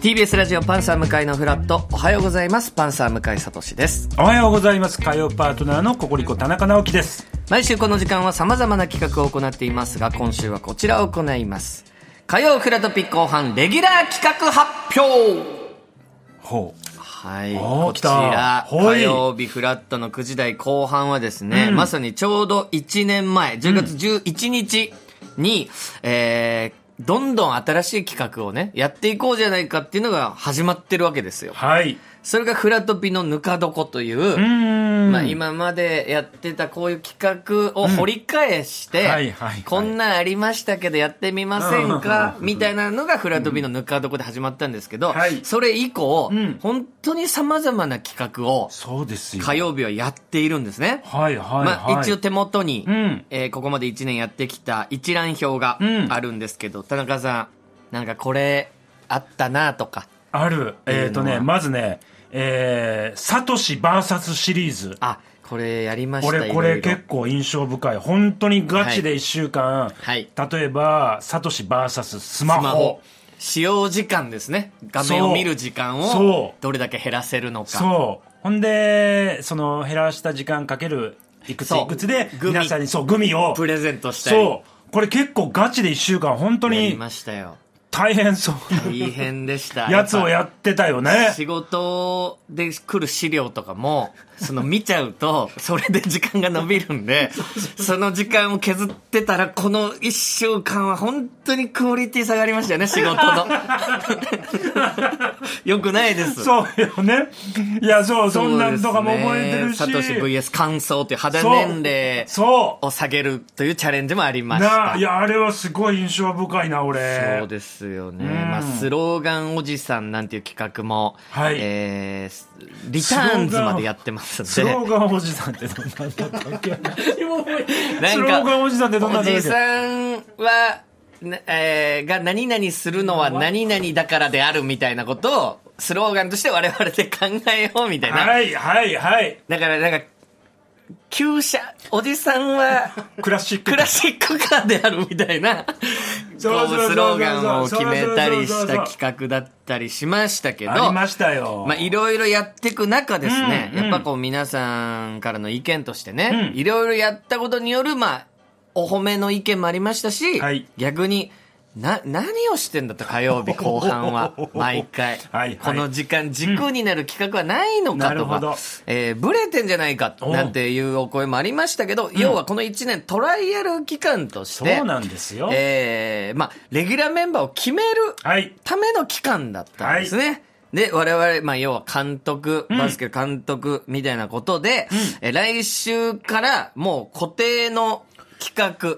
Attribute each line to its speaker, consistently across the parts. Speaker 1: TBS ラジオパンサー向井のフラットおはようございますパンサー向井聡です
Speaker 2: おはようございます火曜パートナーのココリコ田中直樹です
Speaker 1: 毎週この時間は様々な企画を行っていますが今週はこちらを行います火曜フラトピ後半レギュラー企画発表
Speaker 2: ほう
Speaker 1: はい
Speaker 2: お
Speaker 1: こ
Speaker 2: ー
Speaker 1: ちら
Speaker 2: 来たほ
Speaker 1: 火
Speaker 2: い
Speaker 1: 曜日フラットの9時台後半はですね、まさにちょうど1年前10月11日に、えーどんどん新しい企画をねやっていこうじゃないかっていうのが始まってるわけですよ
Speaker 2: はい
Speaker 1: それがフラトピのぬか床という、
Speaker 2: うーん
Speaker 1: まあ、今までやってたこういう企画を掘り返して、
Speaker 2: うんはいはいはい
Speaker 1: こんなんありましたけどやってみませんか、
Speaker 2: うん
Speaker 1: みたいなのがフラトビのぬか床で始まったんですけど、
Speaker 2: はい
Speaker 1: それ以降、
Speaker 2: うん
Speaker 1: 本当にさまざまな企画を
Speaker 2: そうですよ
Speaker 1: 火曜日はやっているんですね。
Speaker 2: はいはいはい、
Speaker 1: まあ、一応手元に、
Speaker 2: うん
Speaker 1: えーここまで1年やってきた一覧表が
Speaker 2: うん
Speaker 1: あるんですけど、田中さんなんかこれあったなとか
Speaker 2: あるえっ、と
Speaker 1: っていうのは
Speaker 2: ねまずねえー、サトシ VS シリーズ
Speaker 1: あこれやりました
Speaker 2: 俺これ
Speaker 1: いろいろ
Speaker 2: 結構印象深い本当にガチで1週間、
Speaker 1: はい
Speaker 2: 例えばサトシ VS スマホ
Speaker 1: スマホ使用時間ですね画面を見る時間を
Speaker 2: そう
Speaker 1: どれだけ減らせるのか
Speaker 2: そうほんでその減らした時間かけるいくつ
Speaker 1: そう
Speaker 2: いくつで
Speaker 1: グミ
Speaker 2: 皆さんにそうグミを
Speaker 1: プレゼントしたり
Speaker 2: そうこれ結構ガチで1週間本当
Speaker 1: やり
Speaker 2: に
Speaker 1: ましたよ
Speaker 2: 大変そう
Speaker 1: 大変でした
Speaker 2: やつをやってた よね
Speaker 1: 仕事で来る資料とかもその見ちゃうと それで時間が伸びるんでその時間を削ってたらこの1週間は本当にクオリティ下がりましたよね仕事 のよくないです
Speaker 2: そうよねいやそうそんなんとかも覚えてるし
Speaker 1: サトシ VS 感想という肌年齢
Speaker 2: そう
Speaker 1: を下げるというチャレンジもありました
Speaker 2: なあいやあれはすごい印象深いな俺
Speaker 1: そうですよね、
Speaker 2: ん
Speaker 1: まあ、スローガンおじさんなんていう企画も、
Speaker 2: はい
Speaker 1: えーすリターンズまでやってます
Speaker 2: ス
Speaker 1: んで
Speaker 2: ローガンおじさんってどんなんだっ たっけ
Speaker 1: な
Speaker 2: スローガンおじさんってどんなんだっけ
Speaker 1: おじさんは、なえーが何々するのは何々だからであるみたいなことをスローガンとして我々で考えようみたいな、
Speaker 2: はいはいはい
Speaker 1: だからなんか旧車おじさんは
Speaker 2: クラシック
Speaker 1: クラシックカーであるみたいな、こう、ス
Speaker 2: そうそうそうそう
Speaker 1: ローガンを決めたり
Speaker 2: そう
Speaker 1: し
Speaker 2: そうそうそ
Speaker 1: た
Speaker 2: う
Speaker 1: 企画だったりしましたけど、
Speaker 2: ありましたよ
Speaker 1: まあ、いろいろやっていく中ですね、
Speaker 2: うんうん
Speaker 1: やっぱこう皆さんからの意見としてね、
Speaker 2: うん
Speaker 1: いろいろやったことによる、まあ、お褒めの意見もありましたし、
Speaker 2: はい
Speaker 1: 逆に、な、何をしてんだと火曜 日後半は、毎回。
Speaker 2: はいはい
Speaker 1: この時間、軸になる企画はないのか
Speaker 2: な
Speaker 1: と
Speaker 2: るほ
Speaker 1: か
Speaker 2: ど、
Speaker 1: えーブレてんじゃないか、
Speaker 2: お
Speaker 1: なんていうお声もありましたけど、要はこの1年トライアル期間として、
Speaker 2: そうなんですよ
Speaker 1: えーまあ、レギュラーメンバーを決める
Speaker 2: はい
Speaker 1: ための期間だったんですね。で、我々、まあ、要は監督、バスケ監督みたいなことで、え来週からもう固定の企画、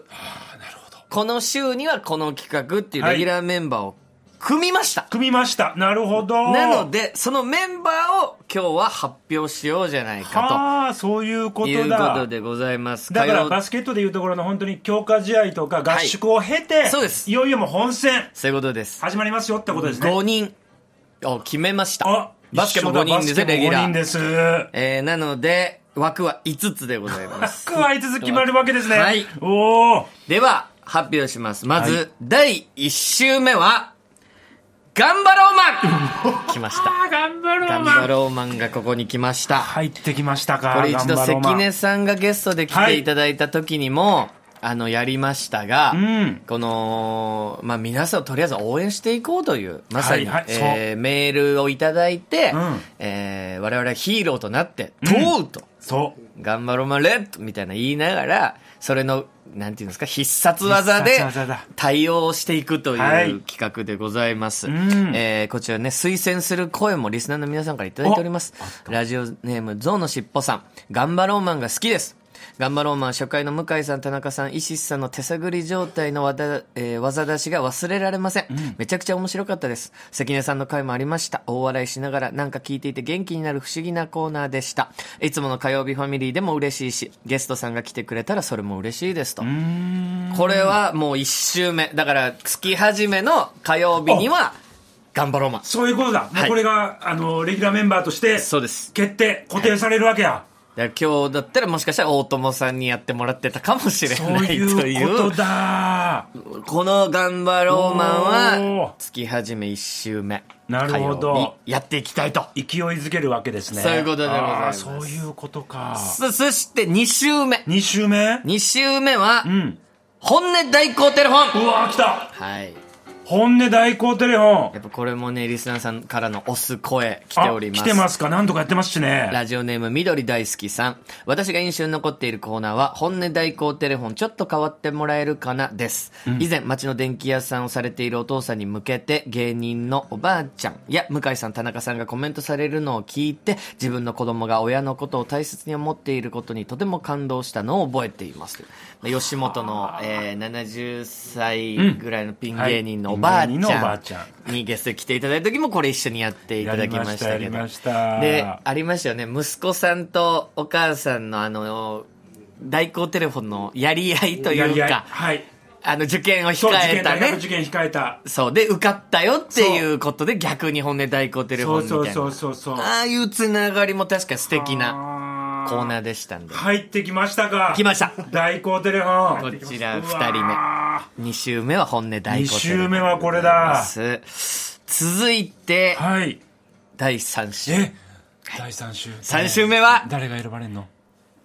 Speaker 1: この週にはこの企画っていうレギュラーメンバーを組みました。
Speaker 2: 組みましたなるほど
Speaker 1: なので、そのメンバーを今日は発表しようじゃないか
Speaker 2: はあそういうこと
Speaker 1: と
Speaker 2: だ
Speaker 1: いうことでございます。
Speaker 2: だから
Speaker 1: 火曜
Speaker 2: バスケットでいうところの本当に強化試合とか合宿を経て、
Speaker 1: いそうです
Speaker 2: いよいよもう本戦
Speaker 1: そういうことです。
Speaker 2: 始まりますよってことですね
Speaker 1: 5人を決めました
Speaker 2: あ。
Speaker 1: バスケも5人ですね、レギュラ
Speaker 2: 5人
Speaker 1: ー。
Speaker 2: です
Speaker 1: えー、なので、枠は5つでございます。
Speaker 2: 加え続き決まるわけですね
Speaker 1: はい
Speaker 2: おお
Speaker 1: では、発表します。まず、
Speaker 2: は
Speaker 1: 第1週目は、頑張ろう マン来ました。
Speaker 2: 頑張ろ
Speaker 1: 頑張ろうマンがここに来ました。
Speaker 2: 入ってきましたか
Speaker 1: これ一度
Speaker 2: 頑張ろうマ
Speaker 1: 関
Speaker 2: ン
Speaker 1: 根さんがゲストで来ていただいた時にも、あの、やりましたが、
Speaker 2: ん
Speaker 1: この、まあ、皆さんをとりあえず応援していこうという、まさに、
Speaker 2: はいはい
Speaker 1: えーメールをいただいて、
Speaker 2: うん
Speaker 1: えー我々はヒーローとなって、問うと、
Speaker 2: そう
Speaker 1: 頑張ろうマンレッドみたいな言いながら、それの、なんていうんですか、必殺技で
Speaker 2: 必殺技だ
Speaker 1: 対応していくと
Speaker 2: は
Speaker 1: いう
Speaker 2: い
Speaker 1: 企画でございます。
Speaker 2: ん
Speaker 1: えーこちらね、推薦する声もリスナーの皆さんからいただいております。ラジオネーム、ゾウのしっぽさん。頑張ろうマンが好きです。頑張ろうマン初回の向井さん、田中さん、石さんの手探り状態のわだ、えー技出しが忘れられません,、めちゃくちゃ面白かったです。関根さんの回もありました。大笑いしながらなんか聞いていて元気になる不思議なコーナーでした。いつもの火曜日ファミリーでも嬉しいし、ゲストさんが来てくれたらそれも嬉しいですと。これはもう一週目。だから月始めの火曜日には、頑張ろうマン。
Speaker 2: そういうことだ、もう
Speaker 1: はい
Speaker 2: これがあのレギュラーメンバーとして
Speaker 1: そうです
Speaker 2: 決定固定されるわけや、
Speaker 1: だから今日だったらもしかしたら大友さんにやってもらってたかもしれ
Speaker 2: そう
Speaker 1: ないという
Speaker 2: いうことだ
Speaker 1: この「頑張ろうマン」
Speaker 2: お
Speaker 1: は
Speaker 2: ー
Speaker 1: 月始め1週目
Speaker 2: なるほど
Speaker 1: 火曜日やっていきたいと
Speaker 2: 勢いづけるわけですね
Speaker 1: そういうことでございます
Speaker 2: あーそういうことか
Speaker 1: そそして2週目
Speaker 2: 2週目
Speaker 1: 2週目は
Speaker 2: うん
Speaker 1: 「本音代行テレフォン
Speaker 2: う」わー来た
Speaker 1: はい
Speaker 2: 本音代行テレフォン
Speaker 1: やっぱこれもねリスナーさんからの押す声来ております
Speaker 2: あ来てますか何度かやってますしね
Speaker 1: ラジオネーム緑大好きさん。私が印象に残っているコーナーは、本音代行テレフォンちょっと変わってもらえるかなです。以前、町の電気屋さんをされているお父さんに向けて、芸人のおばあちゃんや向井さん、田中さんがコメントされるのを聞いて、自分の子供が親のことを大切に思っていることにとても感動したのを覚えています。吉本の、えー70歳ぐらいのピン芸人のおばあち
Speaker 2: はいピン芸人のおば
Speaker 1: ゃ
Speaker 2: あちゃん
Speaker 1: んにゲストに来ていただいた時もこれ一緒にやっていただきましたけ
Speaker 2: や
Speaker 1: ど
Speaker 2: りましたやりました
Speaker 1: でありましたよね息子さんとお母さんのあの代行テレフォンのやり合いと
Speaker 2: や
Speaker 1: い
Speaker 2: り合
Speaker 1: うか
Speaker 2: はい
Speaker 1: あの受験を控
Speaker 2: そう受
Speaker 1: え
Speaker 2: 験
Speaker 1: た
Speaker 2: 大学
Speaker 1: ね
Speaker 2: 受験控えた
Speaker 1: そうで受かったよっていうことで逆に本音代行テレフォ
Speaker 2: そ
Speaker 1: ン
Speaker 2: う
Speaker 1: みたい
Speaker 2: そ
Speaker 1: な
Speaker 2: うそうそうそう
Speaker 1: ああいうつながりも確か素敵な
Speaker 2: な
Speaker 1: コーナーでしたんで
Speaker 2: 入ってきましたか
Speaker 1: 来ました
Speaker 2: 代行テレフォン
Speaker 1: こちら二人目2週目は本音代行テレフォン
Speaker 2: 二週目はこれだ
Speaker 1: です続いて
Speaker 2: はい
Speaker 1: 第3週
Speaker 2: え第3週
Speaker 1: 3週目は
Speaker 2: 誰が選ばれんの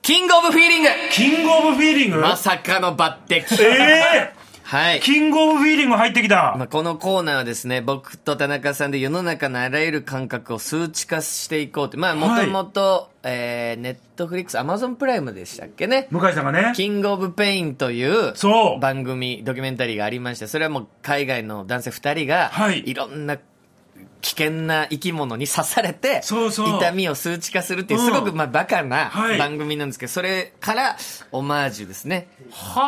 Speaker 1: キングオブフィーリング
Speaker 2: キングオブフィーリング
Speaker 1: まさかの抜擢
Speaker 2: え
Speaker 1: はい
Speaker 2: ー、キングオブフィーリング入ってきた、
Speaker 1: まあ、このコーナーはですね、僕と田中さんで世の中のあらゆる感覚を数値化していこうって、まあ、もともと、えー、ネットフリックス、アマゾンプライムでしたっけね。
Speaker 2: 向井さんがね
Speaker 1: キングオブペインという
Speaker 2: そう
Speaker 1: 番組、ドキュメンタリーがありまして、それはもう海外の男性二人が、
Speaker 2: はい
Speaker 1: いろんな危険な生き物に刺されて、
Speaker 2: そうそう
Speaker 1: 痛みを数値化するっていう、
Speaker 2: うん
Speaker 1: すごくまあバカな
Speaker 2: はい
Speaker 1: 番組なんですけど、それからオマージュですね。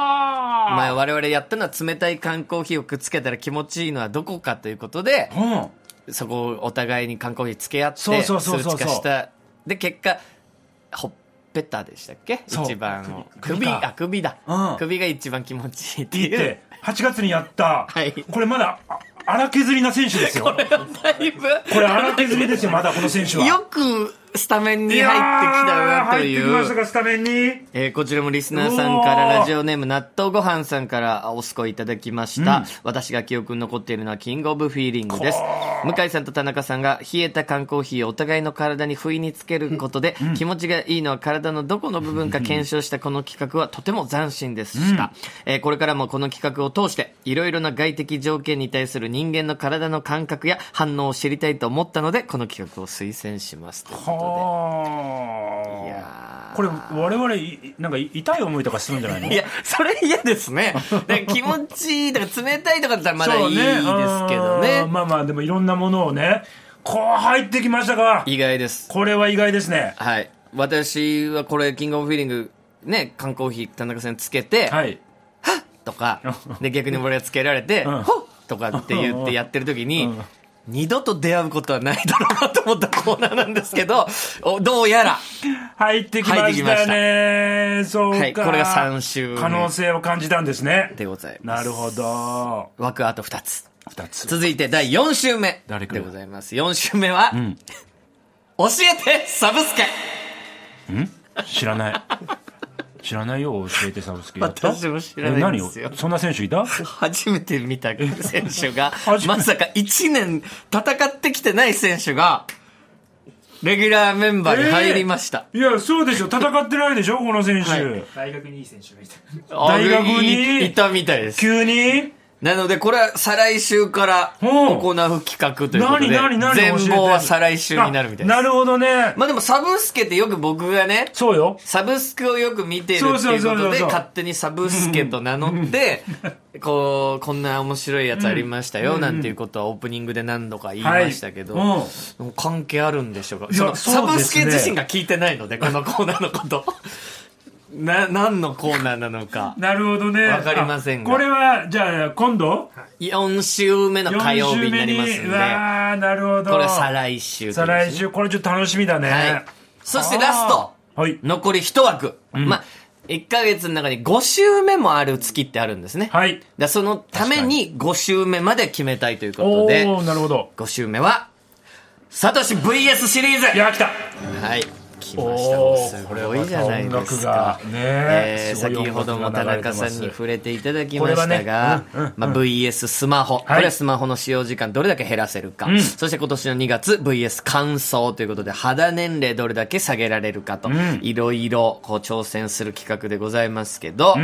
Speaker 2: は
Speaker 1: 前我々やったのは冷たい缶コーヒーをくっつけたら気持ちいいのはどこかということで、
Speaker 2: あ、うん、
Speaker 1: そこをお互いに缶コーヒーつけ合って
Speaker 2: そう
Speaker 1: 数
Speaker 2: そうそう
Speaker 1: 値
Speaker 2: そう
Speaker 1: 化したで結果ほっぺたでしたっけ
Speaker 2: そう
Speaker 1: 一番の
Speaker 2: 首
Speaker 1: 首
Speaker 2: 首か
Speaker 1: あ首だ、
Speaker 2: うん
Speaker 1: 首が一番気持ちいいって
Speaker 2: いい
Speaker 1: い
Speaker 2: っ
Speaker 1: う
Speaker 2: て8月にやった、
Speaker 1: はい
Speaker 2: これまだあ荒削りな選 手ですよこれ
Speaker 1: だいぶ
Speaker 2: 荒削りですよまだこの選手は
Speaker 1: よくスタメンに入ってきたなとい
Speaker 2: やー入ってきま
Speaker 1: う
Speaker 2: したかスタメンに
Speaker 1: えーこちらもリスナーさんからラジオネーム納豆ごはんさんからおすこいただきました、
Speaker 2: うん
Speaker 1: 私が記憶に残っているのはキングオブフィーリングです向井さんと田中さんが冷えた缶コーヒーをお互いの体に不意につけることで、気持ちがいいのは体のどこの部分か検証したこの企画はとても斬新でした、えーこれからもこの企画を通していろいろな外的条件に対する人間の体の感覚や反応を知りたいと思ったのでこの企画を推薦しますというこ
Speaker 2: はあ
Speaker 1: とでいやー
Speaker 2: これ我々いなんかい痛い思いとかするんじゃないの
Speaker 1: いや、それ嫌ですね。だから気持ちいいとか冷たいとかだったらまだいいですけど
Speaker 2: そう
Speaker 1: ね。
Speaker 2: あーまあまあでもいろんなものをねこう入ってきましたか
Speaker 1: 意外です。
Speaker 2: これは意外ですね
Speaker 1: はい。私はこれ、キングオブフィーリング、ね、缶コーヒー田中さんにつけて、
Speaker 2: はい
Speaker 1: と か、で、逆に俺がつけられて、
Speaker 2: ん
Speaker 1: ほっとかって言ってやってる時に
Speaker 2: ん、
Speaker 1: 二度と出会うことはないだろうなと思ったコーナーなんですけど、おどうやら、
Speaker 2: 入ってきましたねそうか、
Speaker 1: はいこれが三週目
Speaker 2: 可能性を感じたんですね
Speaker 1: でございます。
Speaker 2: なるほど
Speaker 1: 枠あと二つ。
Speaker 2: 二つ
Speaker 1: 続いて第4週目
Speaker 2: 誰来
Speaker 1: で
Speaker 2: る
Speaker 1: ございます4週目は、教えてサブスケ
Speaker 2: 知らない知らないよ教えてサブスクやった
Speaker 1: 私も知らないんですよ
Speaker 2: え何をそんな選手いた
Speaker 1: 初めて見た選手が
Speaker 2: 初めて
Speaker 1: まさか1年戦ってきてない選手がレギュラーメンバーに入りました、
Speaker 2: いやそうでしょ戦ってないでしょこの選手、
Speaker 1: は
Speaker 3: 大学にいい選手がいた。
Speaker 1: あ
Speaker 2: 大学に
Speaker 1: いいたみたいです
Speaker 2: 急に
Speaker 1: なのでこれは再来週から行
Speaker 2: ほう
Speaker 1: う企画ということで
Speaker 2: 何何何
Speaker 1: 全
Speaker 2: 教えて
Speaker 1: 貌は再来週になるみたいです
Speaker 2: あなるほどね
Speaker 1: まあでもサブスケってよく僕がね
Speaker 2: そうよ
Speaker 1: サブスクをよく見てるっていうことで
Speaker 2: そうそうそうそう
Speaker 1: 勝手にサブスケと名乗 ってこうこんな面白いやつありましたよなんていうことはオープニングで何度か言いましたけど、
Speaker 2: はい
Speaker 1: 関係あるんでしょうか
Speaker 2: いや
Speaker 1: その
Speaker 2: そ
Speaker 1: サ
Speaker 2: う
Speaker 1: ブ
Speaker 2: で
Speaker 1: ス
Speaker 2: すね
Speaker 1: ケ自身が聞いてないのでこのコーナーのこと な何のコーナーなのか
Speaker 2: なるほどね
Speaker 1: わかりませんが
Speaker 2: あこれはじゃあ今度
Speaker 1: 4週目の火曜日になります
Speaker 2: 四
Speaker 1: んで
Speaker 2: 週目にうわーなるほど
Speaker 1: これは再来週というこ
Speaker 2: 再
Speaker 1: とで
Speaker 2: 来週これちょっと楽しみだね、
Speaker 1: はいそしてラスト
Speaker 2: あーはい
Speaker 1: 残り1枠、まあ1ヶ月の中に5週目もある月ってあるんですね
Speaker 2: はい
Speaker 1: だそのために5週目まで決めたいということで、
Speaker 2: おおなるほど
Speaker 1: 5週目は、サトシ VS シリーズ
Speaker 2: いや来た
Speaker 1: はい。企来ました
Speaker 2: おー
Speaker 1: すごいじゃないですか
Speaker 2: これはまた音楽がね
Speaker 1: えー
Speaker 2: すごい
Speaker 1: 先ほども
Speaker 2: 音
Speaker 1: 田
Speaker 2: 楽が流れて
Speaker 1: 中
Speaker 2: ます
Speaker 1: さんに触れていただきました
Speaker 2: これは
Speaker 1: が
Speaker 2: ね、うんうん
Speaker 1: まあ、VS スマホ、これはスマホの使用時間どれだけ減らせるか、そして今年の2月 VS 乾燥ということで肌年齢どれだけ下げられるかと、いろいろこう挑戦する企画でございますけど、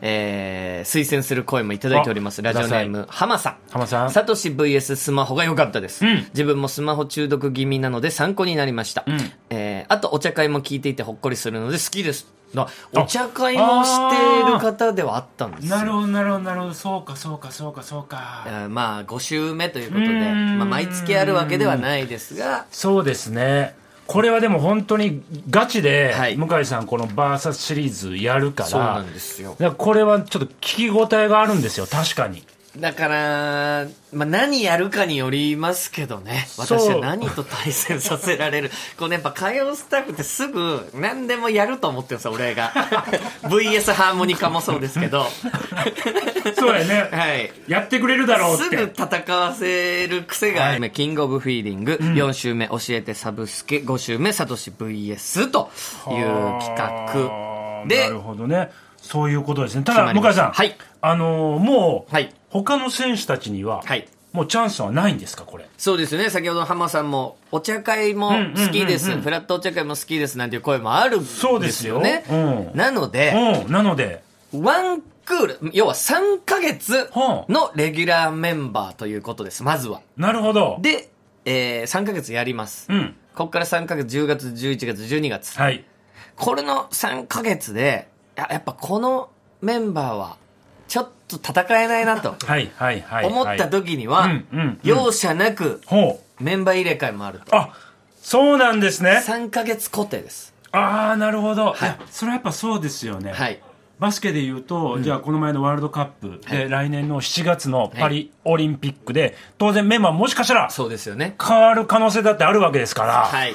Speaker 1: えー推薦する声もいただいております
Speaker 2: あ
Speaker 1: ラジオネーム浜さん
Speaker 2: 浜さん
Speaker 1: サトシ VS スマホが良かったです、自分もスマホ中毒気味なので参考になりました、えーあとお茶会も聞いていてほっこりするので好きですなお茶会もしている方ではあったんですよ
Speaker 2: なるほどなるほどなるほどそうかそうかそうかそうか
Speaker 1: えーまあ5週目ということで、
Speaker 2: ん
Speaker 1: まあ、毎月あるわけではないですが
Speaker 2: そうですねこれはでも本当にガチで、
Speaker 1: はい
Speaker 2: 向井さんこのバーサスシリーズやるから
Speaker 1: そうなんですよ
Speaker 2: だからこれはちょっと聞き応えがあるんですよ確かに
Speaker 1: だから、まあ、何やるかによりますけどね
Speaker 2: そう
Speaker 1: 私は何と対戦させられる このやっぱ火曜スタッフってすぐ何でもやると思ってるんですよ俺が VS ハーモニカもそうですけど
Speaker 2: そうや ね
Speaker 1: はい
Speaker 2: やってくれるだろう
Speaker 1: す
Speaker 2: っ
Speaker 1: ぐ
Speaker 2: て
Speaker 1: 戦わせる癖がある、キングオブフィーリング、4週目教えてサブスケ5週目サトシ VS という企画
Speaker 2: あーな
Speaker 1: で
Speaker 2: るほどねそういうことですねた
Speaker 1: 決ま
Speaker 2: だ
Speaker 1: り
Speaker 2: 向
Speaker 1: ま
Speaker 2: 井
Speaker 1: した
Speaker 2: さん、
Speaker 1: はい
Speaker 2: あのーもう、
Speaker 1: はい
Speaker 2: 他の選手たちには、
Speaker 1: はい
Speaker 2: もうチャンスはないんですかこれ
Speaker 1: そうですね先ほど浜さんもお茶会も好きです、フラットお茶会も好きですなんていう声もあるんですよね
Speaker 2: そうですようん
Speaker 1: なので、
Speaker 2: うんなので
Speaker 1: ワンクール要は3ヶ月
Speaker 2: はあ
Speaker 1: のレギュラーメンバーということですまずは
Speaker 2: なるほど
Speaker 1: で、え3ヶ月やります、
Speaker 2: うん
Speaker 1: ここから3ヶ月10月11月12月
Speaker 2: はい
Speaker 1: これの3ヶ月で、いややっぱこのメンバーは、ちょっと戦えないなと
Speaker 2: はいはいはい
Speaker 1: 思った
Speaker 2: はい
Speaker 1: 時には
Speaker 2: うんうんうん、
Speaker 1: 容赦なく
Speaker 2: ほう
Speaker 1: メンバー入れ替えもあると。
Speaker 2: あそうなんですね
Speaker 1: 3ヶ月固定です。
Speaker 2: ああなるほど、
Speaker 1: はい
Speaker 2: いやそれはやっぱそうですよね、
Speaker 1: はい。
Speaker 2: バスケで言うと、じゃあこの前のワールドカップで、来年の7月のパリオリンピックで、当然メンバーもしかしたら
Speaker 1: そうですよね。
Speaker 2: 変わる可能性だってあるわけですから、
Speaker 1: はい。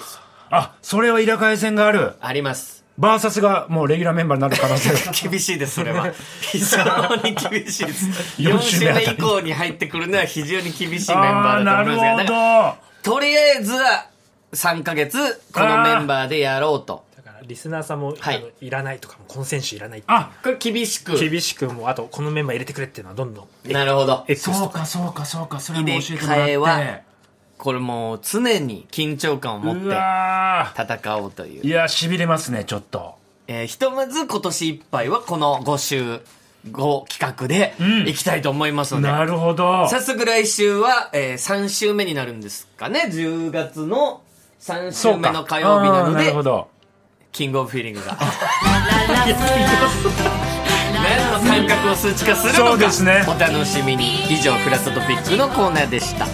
Speaker 2: あそれは入れ替え戦がある
Speaker 1: あります。
Speaker 2: バーサスがもうレギュラーメンバーになる可能性 が
Speaker 1: 厳しいです、それは。 非常に厳しい です。4
Speaker 2: 四
Speaker 1: 週
Speaker 2: 週目あた
Speaker 1: 目
Speaker 2: り
Speaker 1: 以降に入ってくるのは非常に厳しいメン
Speaker 2: あ
Speaker 1: バ
Speaker 2: あ
Speaker 1: ー
Speaker 2: な
Speaker 1: だと思いま
Speaker 2: る
Speaker 1: すが、だから
Speaker 2: ほ
Speaker 1: とりあえずは3ヶ月、このメンバーでやろうと。
Speaker 3: だからリスナーさんも、
Speaker 1: はい
Speaker 3: あのいらないとかもこの選手いらない
Speaker 2: どあ
Speaker 1: これ厳しく。
Speaker 3: 厳しくもうあとこのメンバー入れてくれっていうのはどんどん
Speaker 1: なるほど。
Speaker 3: X
Speaker 2: そう
Speaker 3: とか
Speaker 2: かそうかそうかそれも教えても
Speaker 1: 入れ替え
Speaker 2: らっ
Speaker 1: は
Speaker 2: て
Speaker 1: これもう常に緊張感を持
Speaker 2: う
Speaker 1: って
Speaker 2: わ
Speaker 1: 戦おうとい。
Speaker 2: ーいうやしびれますねちょっと
Speaker 1: えーひとまず今年いっぱいはこの5週5企画でいきたいと思いますので。
Speaker 2: なるほど
Speaker 1: 早速来週は、え3週目になるんですかね。10月の3週目の火曜日な
Speaker 2: あー
Speaker 1: の
Speaker 2: な
Speaker 1: で
Speaker 2: る、ほど
Speaker 1: キングオブフィーリングが。何の感覚を数値化するのか。
Speaker 2: そうですね
Speaker 1: お楽しみに。以上、フラットトピックのコーナーでした。